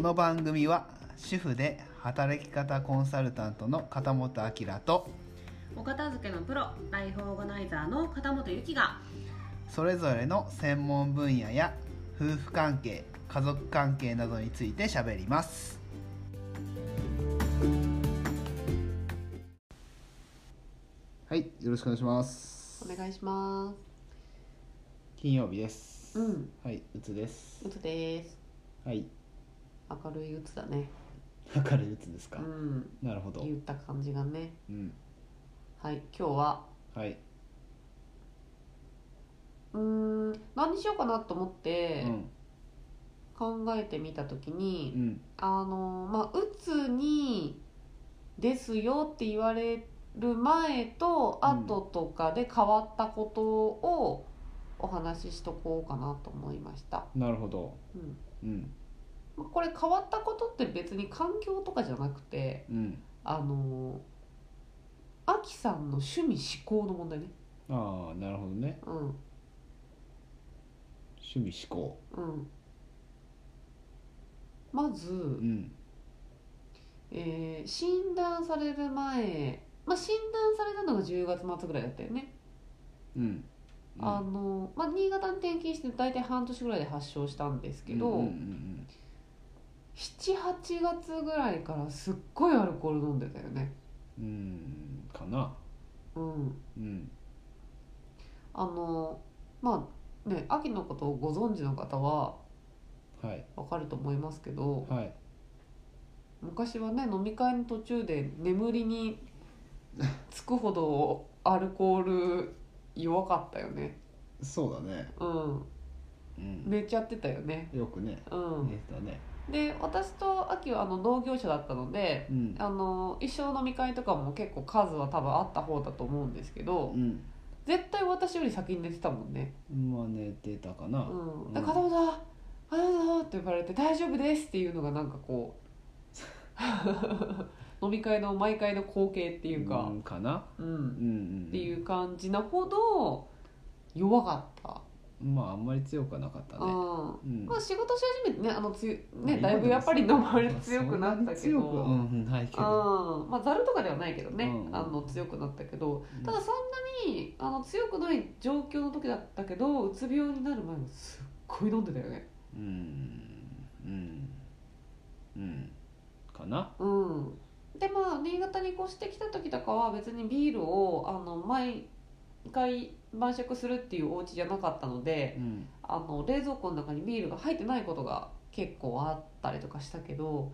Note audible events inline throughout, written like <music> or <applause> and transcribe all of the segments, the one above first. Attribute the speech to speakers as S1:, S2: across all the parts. S1: の番組は主婦で働き方コンサルタントの片本明と
S2: お片付けのプロライフオーガナイザーの片本由紀が
S1: それぞれの専門分野や夫婦関係家族関係などについてしゃべりますはいよろしくお願いします
S2: お願いしま
S1: 金曜日です、
S2: うん
S1: はいうつです
S2: うつです
S1: はい
S2: 明るいうつだね
S1: 明るいうつですか、
S2: うん
S1: なるほど
S2: 言った感じがね
S1: うん
S2: はい今日は
S1: はい、
S2: うーん何にしようかなと思っ
S1: う
S2: て
S1: ん
S2: 考えてみた時
S1: う
S2: に、
S1: ん
S2: あのまあうつにですよって言われる前と
S1: うん
S2: 後とかで変わったことをお話ししとこうかなと思いました、
S1: なるほど
S2: うん、
S1: うん
S2: まあこれ変わったことって別に環境とかじゃなくて
S1: うん
S2: あのアキさんの趣味思考の問題ね
S1: ああなるほどね
S2: うん
S1: 趣味思考
S2: うんまず、
S1: うん
S2: えー診断される前、まあ、診断されたのが10月末ぐらいだったよね、
S1: うん
S2: あのまあ、新潟に転勤して大体半年ぐらいで発症したんですけど、
S1: うんうん
S2: 78月ぐらいからすっごいアルコール飲んでたよね
S1: うんうん、うん、かな
S2: うん
S1: うん
S2: あのまあね秋のことをご存知の方は
S1: はい
S2: わかると思いますけど
S1: はい
S2: 昔はね飲み会の途中で眠りにつくほどアルコール弱かったよね
S1: そうだね
S2: うん
S1: うん
S2: 寝ちゃってたよね
S1: よくね
S2: うん
S1: 寝たね
S2: で私と秋はあの同業者だったので
S1: うん
S2: あの一生飲み会とかも結構数は多分あった方だと思うんですけど
S1: う
S2: 絶対私より先に寝てたもんね
S1: んまあ寝てたかな
S2: うん
S1: ん
S2: で「片本さんあなたって呼ばれて「大丈夫です」っていうのがなんかこ
S1: <laughs>
S2: う飲み会の毎回の光景っていうか
S1: んかな
S2: う
S1: うん
S2: ん
S1: うん
S2: っていうう感じなほど弱かった
S1: まああんまり強くはなかったね
S2: うん
S1: うん
S2: まあ、仕事し始めてねあのつゆ
S1: まあ
S2: ねだいぶやっぱり飲まれ強くなったけど、
S1: そんなに強くはうんないけど
S2: うんまあざるとかではないけどね、
S1: うん
S2: あの強くなったけどただそんなにあの強くない状況の時だったけどうつ病になる前もすっごい飲んでたよね
S1: うんうんうんかな
S2: うんでまあ新潟に越してきた時とかは別にビールをあの毎回晩酌するっていうお家じゃなかったので
S1: うん
S2: あの冷蔵庫の中にビールが入ってないことが結構あったりとかしたけど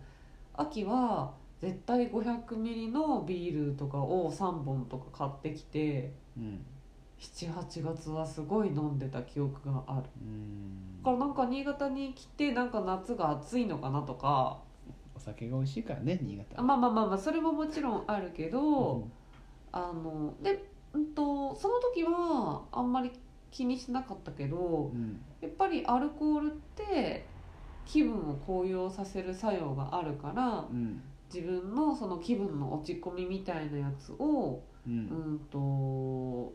S2: 秋は絶対500ミリのビールとかを3本とか買ってきて
S1: うん
S2: 78月はすごい飲んでた記憶がある
S1: うん
S2: だからなんか新潟に来てなんか夏が暑いのかなとか
S1: お酒が美味しいからね新潟
S2: まあまあまあまあそれももちろんあるけど、
S1: うん
S2: あので、うん、とその時はあんまり気にしてなかったけど
S1: うん
S2: やっぱりアルコールって気分を高揚させる作用があるから
S1: うん
S2: 自分のその気分の落ち込みみたいなやつを
S1: う
S2: うんんと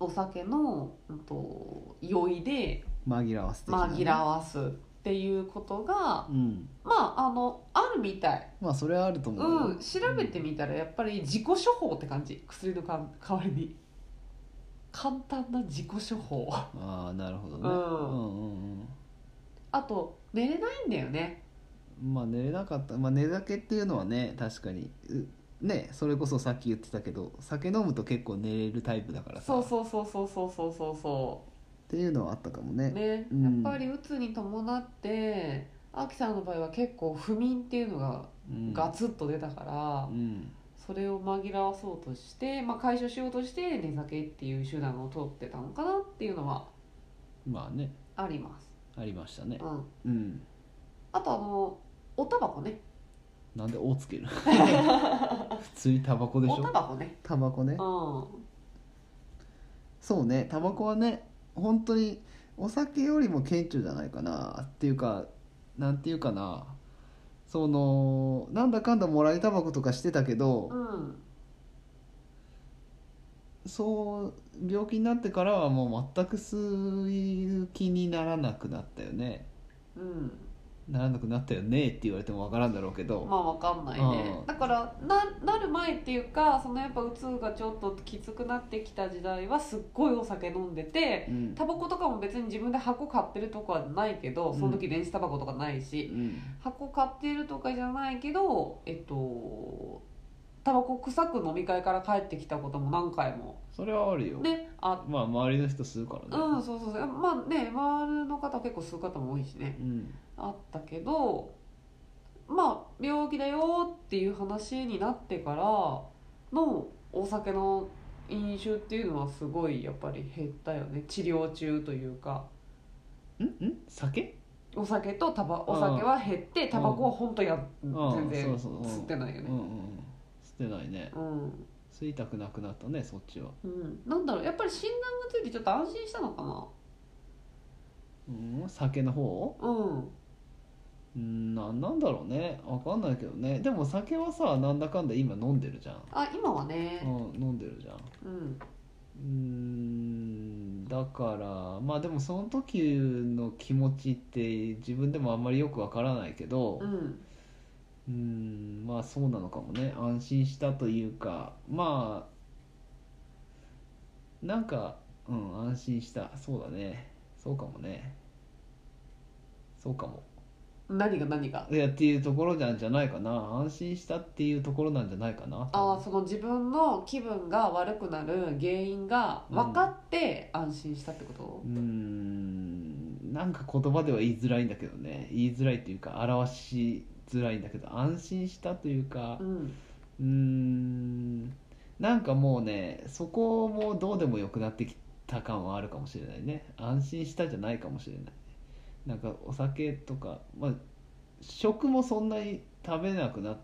S2: お酒の、うん、と酔いで
S1: 紛らわす的なね
S2: 紛らわすっていうことが
S1: うん
S2: まああのあるみたい
S1: まあそれはあると思うよ
S2: うん、調べてみたらやっぱり自己処方って感じ薬のかん代わりに簡単な自己処方
S1: ああなるほどね
S2: う
S1: うんんうん
S2: あと寝れないんだよね
S1: うんまあ寝れなかったまあ寝酒っていうのはね確かにうねそれこそさっき言ってたけど酒飲むと結構寝れるタイプだからさ
S2: そう
S1: っ
S2: そうそうそうそうそうそうそ
S1: ていうのはあったかも
S2: う
S1: ね
S2: ね、
S1: うん
S2: やっぱりうつに伴ってアキさんの場合は結構不眠っていうのが
S1: うん
S2: ガツッと出たから、
S1: うん
S2: それを紛らわそうとして、まあ、解消しようとして寝酒っていう手段を取ってたのかなっていうのは
S1: まあね
S2: あります、
S1: ありましたね
S2: うん、
S1: うん
S2: あとあのおタバコね
S1: なんで「お」
S2: <laughs>
S1: つける普通にタバコでし
S2: おタ
S1: ょ
S2: バコね
S1: タバコ
S2: う
S1: ね
S2: ん
S1: そうねタバコはね本当にお酒よりも顕著じゃないかなっていうかなんていうかなそのなんだかんだもらいタバコとかしてたけど、
S2: うん
S1: そう病気になってからはもう全く吸う気にならなくなったよね
S2: うん
S1: ならなくなったよねって言われても分からんだろうけど、
S2: まあわかんないね
S1: うん
S2: だからななる前っていうかそのやっぱうつがちょっときつくなってきた時代はすっごいお酒飲んでて
S1: うん
S2: タバコとかも別に自分で箱買ってるとこはないけどその時電子タバコとかないし、
S1: うん
S2: 箱買ってるとかじゃないけどえっとタバコ臭く飲み会から帰ってきたことも何回も
S1: それはあるよ、
S2: ねあ
S1: まあ周りの人するからね
S2: うんそうそうそうまあね周りの方結構吸う方も多いしね
S1: うん
S2: あったけどまあ病気だよっていう話になってからのお酒の飲酒っていうのはすごいやっぱり減ったよね治療中というか
S1: んん酒
S2: お酒とタバお酒は減ってタバコは本当や
S1: うん
S2: 全然
S1: そうそううん
S2: 吸ってないよ
S1: うん
S2: ね
S1: うんうん吸ってないね
S2: うん
S1: 吸いたくなくなったねそっちは
S2: うん、なんだろうやっぱり診断がついてちょっと安心したのかな
S1: うん酒の方
S2: うん
S1: うんなんなんだろうね分かんないけどねでも酒はさなんだかんだ今飲んでるじゃん、
S2: あ今は
S1: う
S2: ね
S1: ん、飲んでるじゃん
S2: うん
S1: うーんだからまあでもその時の気持ちって自分でもあんまりよくわからないけど
S2: うん
S1: うーんまあそうなのかもね安心したというかまあなんかうん安心したそうだねそうかもねそうかも
S2: 何が何が
S1: いやっていうところなんじゃないかな安心したっていうところなんじゃないかな
S2: ああその自分の気分が悪くなる原因が分かって安心したってこと
S1: うー、んなんか言葉では言いづらいんだけどね言いづらいっていうか表しづらいんだけど安心したというか
S2: うん
S1: うーんなんかもうねそこもどうでもよくなってきた感はあるかもしれないね安心したじゃないかもしれないなんかお酒とかまあ食もそんなに食べなくなっ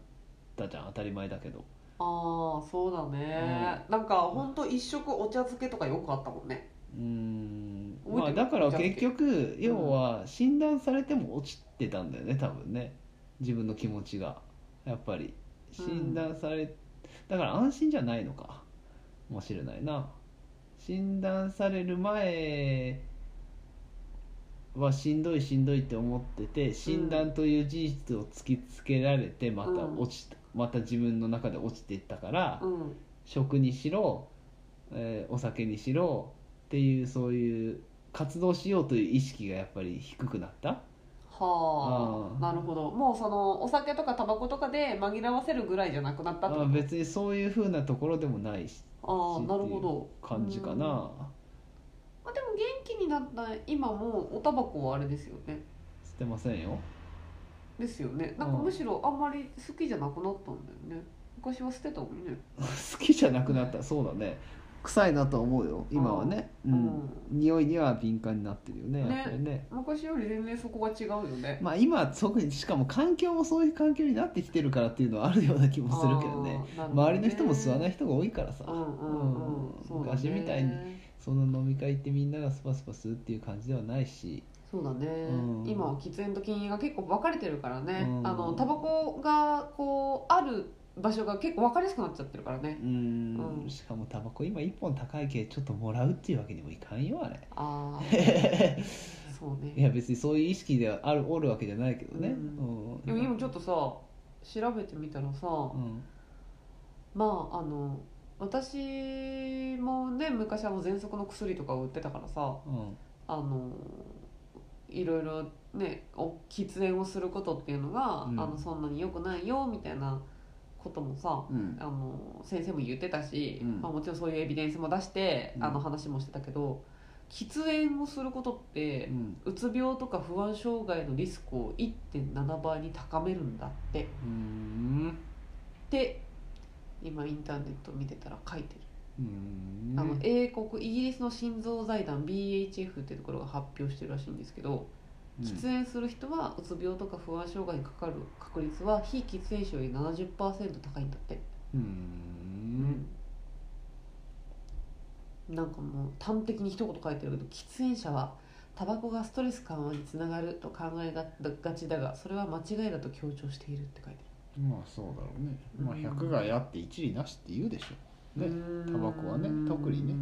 S1: たじゃん当たり前だけど
S2: ああそうだね、なんかほんと一食お茶漬けとかよくあったもんね
S1: うーん
S2: 覚えてる
S1: まあだから結局要は診断されても落ちてたんだよね多分ね自分の気持ちがやっぱり
S2: うん
S1: 診断され、だから安心じゃないのかもしれないな診断される前はしんどいしんどいって思ってて診断という事実を突きつけられてまた落ちた、また自分の中で落ちていったから、
S2: うん
S1: 食にしろ、えーお酒にしろっていうそういう活動しようという意識がやっぱり低くなった
S2: は
S1: あ
S2: あ
S1: ー
S2: なるほどもうそのお酒とかタバコとかで紛らわせるぐらいじゃなくなったってこと
S1: あ別にそういうふうなところでもないし
S2: ああなるほど
S1: 感じかな
S2: まあ、でも元気になった今もおタバコはあれですよね
S1: 捨てませんよ <laughs>
S2: ですよねなんか
S1: うん
S2: むしろあんまり好きじゃなくなったんだよね昔は捨てたもんね
S1: 好きじゃなくなったそうだね臭いなと思うよ今はねうん、匂いには敏感になってるよねや
S2: ね
S1: っぱりね
S2: 昔より全然そこが違うよね
S1: まあ今は特にしかも環境もそういう環境になってきてるからっていうのはあるような気もするけどね
S2: あーなるほどね
S1: 周りの人も吸わない人が多いからさ、
S2: うんうんうん、
S1: うん
S2: そうだね
S1: 昔みたいにその飲み会行ってみんながスパスパするっていう感じではないし
S2: そうだね、
S1: うん
S2: 今は喫煙と禁煙が結構分かれてるからね、
S1: うん
S2: あのタバコがこうある場所が結構分かりやすくなっちゃってるから
S1: う
S2: ね
S1: ん
S2: うん
S1: しかもタバコ今1本高いけちょっともらうっていうわけにもいかんよあれ
S2: あ
S1: <laughs>
S2: あそう
S1: い
S2: ね
S1: や別にそういう意識ではあるおるわけじゃないけどね
S2: うん
S1: うん
S2: でも今ちょっとさ調べてみたらさ、
S1: うん
S2: まああの私もね昔はもう喘息の薬とかを売ってたからさ
S1: うん
S2: あのいろいろねお喫煙をすることっていうのが、
S1: うん
S2: あのそんなに良くないよみたいなこともさ
S1: うん
S2: あの先生も言ってたし、
S1: うん
S2: まあ、もちろんそういうエビデンスも出して、
S1: うん
S2: あの話もしてたけど喫煙をすることって
S1: うん
S2: うつ病とか不安障害のリスクを1.7倍に高めるんだってっ
S1: うん
S2: て今インターネット見てたら書いてる。
S1: うん
S2: あの英国イギリスの心臓財団 BHF っていうところが発表してるらしいんですけど、
S1: うん
S2: 喫煙する人はうつ病とか不安障害にかかる確率は非喫煙者より70%高いんだって、
S1: うん
S2: なんかもう端的に一言書いてるけど喫煙者はタバコがストレス緩和につながると考えががちだがそれは間違いだと強調しているって書いて
S1: まあそうだろうねまあ
S2: うん
S1: 100がやって一理なしって言うでしょ
S2: ある
S1: ね
S2: うーん
S1: タバコはね特にね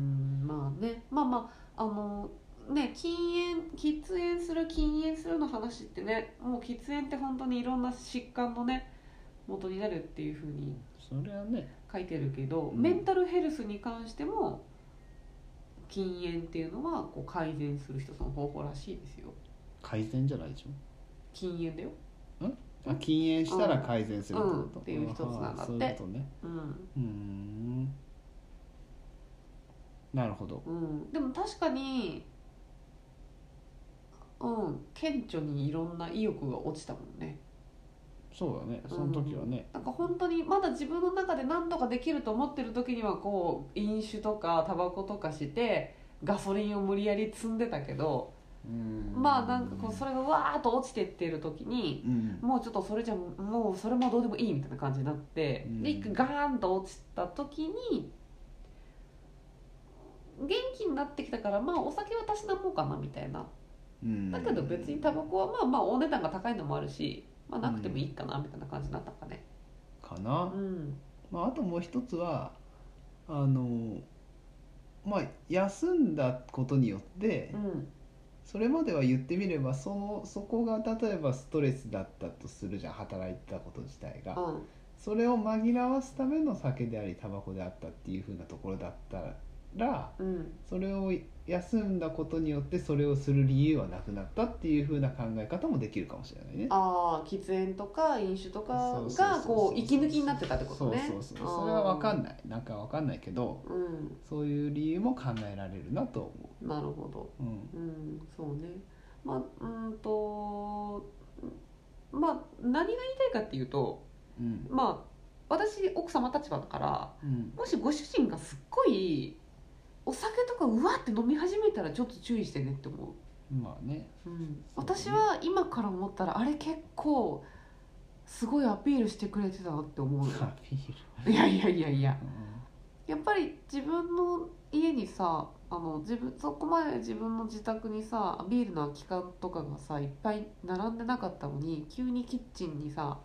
S2: まあねまあまああのね禁煙喫煙する禁煙するの話ってねもう喫煙って本当にいろんな疾患のね元になるっていうふうに
S1: それはね
S2: 書いてるけど、
S1: うん
S2: メンタルヘルスに関しても禁煙っていうのはこう改善する一つの方法らしいですよ
S1: 改善じゃないでし
S2: 禁煙だよ、
S1: ょあ禁煙したら改善するってこと、
S2: うんっていう一つなんだって
S1: あーそういうことね
S2: うん
S1: うーんなるほど
S2: うん、でも確かにうん顕著にいろんな意欲が落ちたもんね
S1: そうだねその時はね、
S2: なんか本当にまだ自分の中で何とかできると思ってる時にはこう飲酒とかタバコとかしてガソリンを無理やり積んでたけど
S1: うん
S2: まあなんかこうそれがわーっと落ちてってる時に
S1: うん
S2: もうちょっとそれじゃもうそれもどうでもいいみたいな感じになって
S1: うん
S2: で一回ガーンと落ちた時に元気になってきたからまあお酒はたしなもうかなみたいな
S1: うん
S2: だけど別にタバコはまあまあお値段が高いのもあるしまあなくてもいいかなみたいな感じになったのかね
S1: かな、
S2: うん
S1: まあ、あともう一つはあのまあ休んだことによって、
S2: うん
S1: それまでは言ってみればそのそこが例えばストレスだったとするじゃん働いてたこと自体が、
S2: うん
S1: それを紛らわすための酒でありタバコであったっていう風なところだったら
S2: うん
S1: それを休んだことによってそれをする理由はなくなったっていう風な考え方もできるかもしれないね。
S2: ああ喫煙とか飲酒とかがこう息抜きになってたってことね
S1: そうそうそうそれは分かん
S2: い
S1: ないなんか分かんないけど
S2: うん
S1: そういう理由も考えられるなと思
S2: なるほど
S1: う、うん、
S2: うんそうねまあうーんとまあ何が言いたいかっていうと
S1: うん
S2: まあ私奥様立場だから
S1: うん
S2: もしご主人がすっごいお酒とかうわって飲み始めたらちょっと注意してねって思う
S1: まあね
S2: うん、私は今から思ったらあれ結構すごいアピールしてくれてたなって思うのよ
S1: アピール、
S2: いやいやいやいや
S1: う
S2: やっぱり自分の家にさあの自分そこまで自分の自宅にさビールの空き缶とかがさいっぱい並んでなかったのに急にキッチンにさ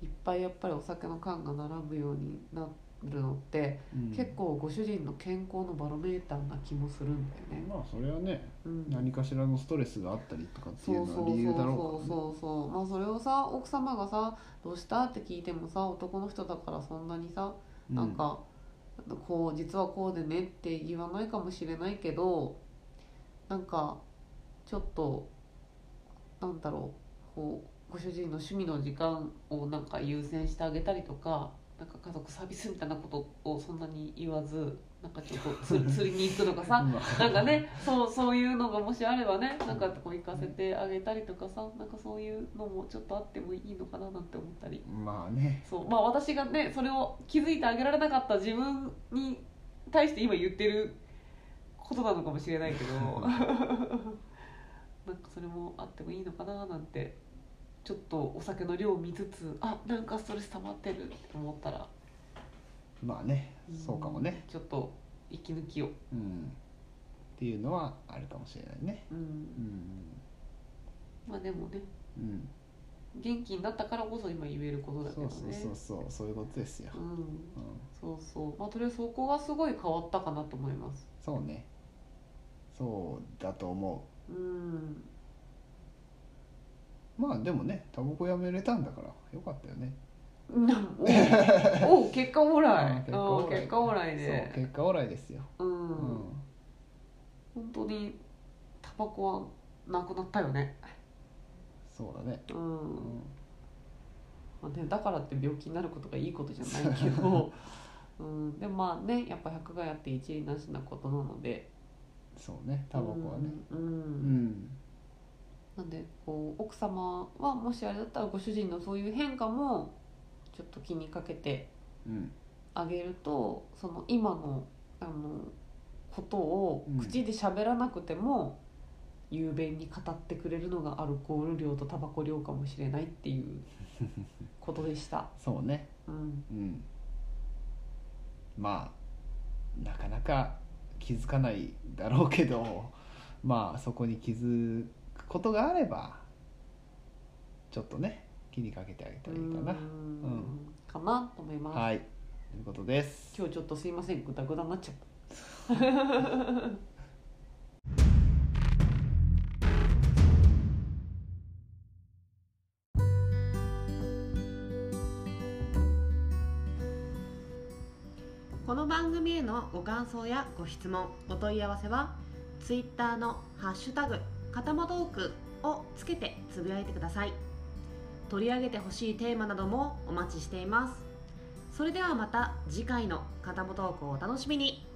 S2: いっぱいやっぱりお酒の缶が並ぶようになるのって、
S1: ん
S2: 結構ご主人の健康のバロメーターな気もするんだよね。
S1: まあそれはね
S2: うん、
S1: 何かしらのストレスがあったりとかって
S2: そ
S1: いうう
S2: そ
S1: の
S2: う
S1: は理由だ
S2: そう
S1: ろうからね
S2: そうそうまあそれをさ奥様がさ「どうした?」って聞いてもさ男の人だからそんなにさ
S1: う
S2: なんか、こう実はこうでねって言わないかもしれないけどなんかちょっとなんだろうこうご主人の趣味の時間をなんか優先してあげたりとか。なんか家族サービスみたいなことをそんなに言わずなんかちょっと釣釣りに行くとかさ
S1: ま
S2: なんかね、そうそういうのがもしあればね、なんかこう行かせてあげたりとかさ、なんかそういうのもちょっとあってもいいのかななんて思ったり。
S1: あまあね
S2: そう、まあ私がね、それを気づいてあげられなかった自分に対して今言ってることなのかもしれないけ
S1: <laughs>
S2: ど、なんかそれもあってもいいのかななんて、ちょっとお酒の量を見つつ、あ、なんかストレス溜まってるって思ったら、
S1: まあねそうかもね、
S2: ちょっと息抜きを。
S1: うん、っていうのはあるかもしれないね
S2: う、
S1: うんん
S2: まあでもね。
S1: うん、
S2: 元気になったからこそ今言えることだけ
S1: そ
S2: どね
S1: うそうそうそうそういうことですよ、
S2: うん
S1: うん、
S2: そうそうまあとりあえずそこがすごい変わったかなと思います
S1: そうねそうだと思
S2: うん
S1: うまあでもねタバコやめれたんだからよかったよね
S2: なんおお結果オーライうん結果オーライ
S1: ねそう
S2: で
S1: 結果オーライですよ、
S2: う
S1: うん
S2: ん本当にタバコはなくなったよね
S1: そうだね、
S2: う
S1: うん
S2: んまあねだからって病気になることがいいことじゃないけどうんでもまあねやっぱ百害あって一理なしなことなので
S1: そうねタバコはね
S2: うん
S1: う
S2: うん
S1: ん、
S2: なんでこう奥様はもしあれだったらご主人のそういう変化もちょっと気にかけて
S1: うん
S2: あげるとその今のあのことを
S1: うん
S2: 口で喋らなくても雄弁に語ってくれるのがアルコール量とタバコ量かもしれないっていうことで
S1: <laughs>
S2: した。
S1: そうね
S2: うん、
S1: うんまあなかなか気づかないだろうけど <laughs> まあそこに気づくことがあればちょっとね気にかけてあげたらいいかな
S2: うーんかなと思います。
S1: はいということです
S2: 今日ちょっとすいませんグダグダになっちゃった。
S3: <laughs> この番組へのご感想やご質問お問い合わせは Twitter の「ハッシュタグかたまトーク」をつけてつぶやいてください取り上げてほしいテーマなどもお待ちしていますそれではまた次回の「かたまトーク」をお楽しみに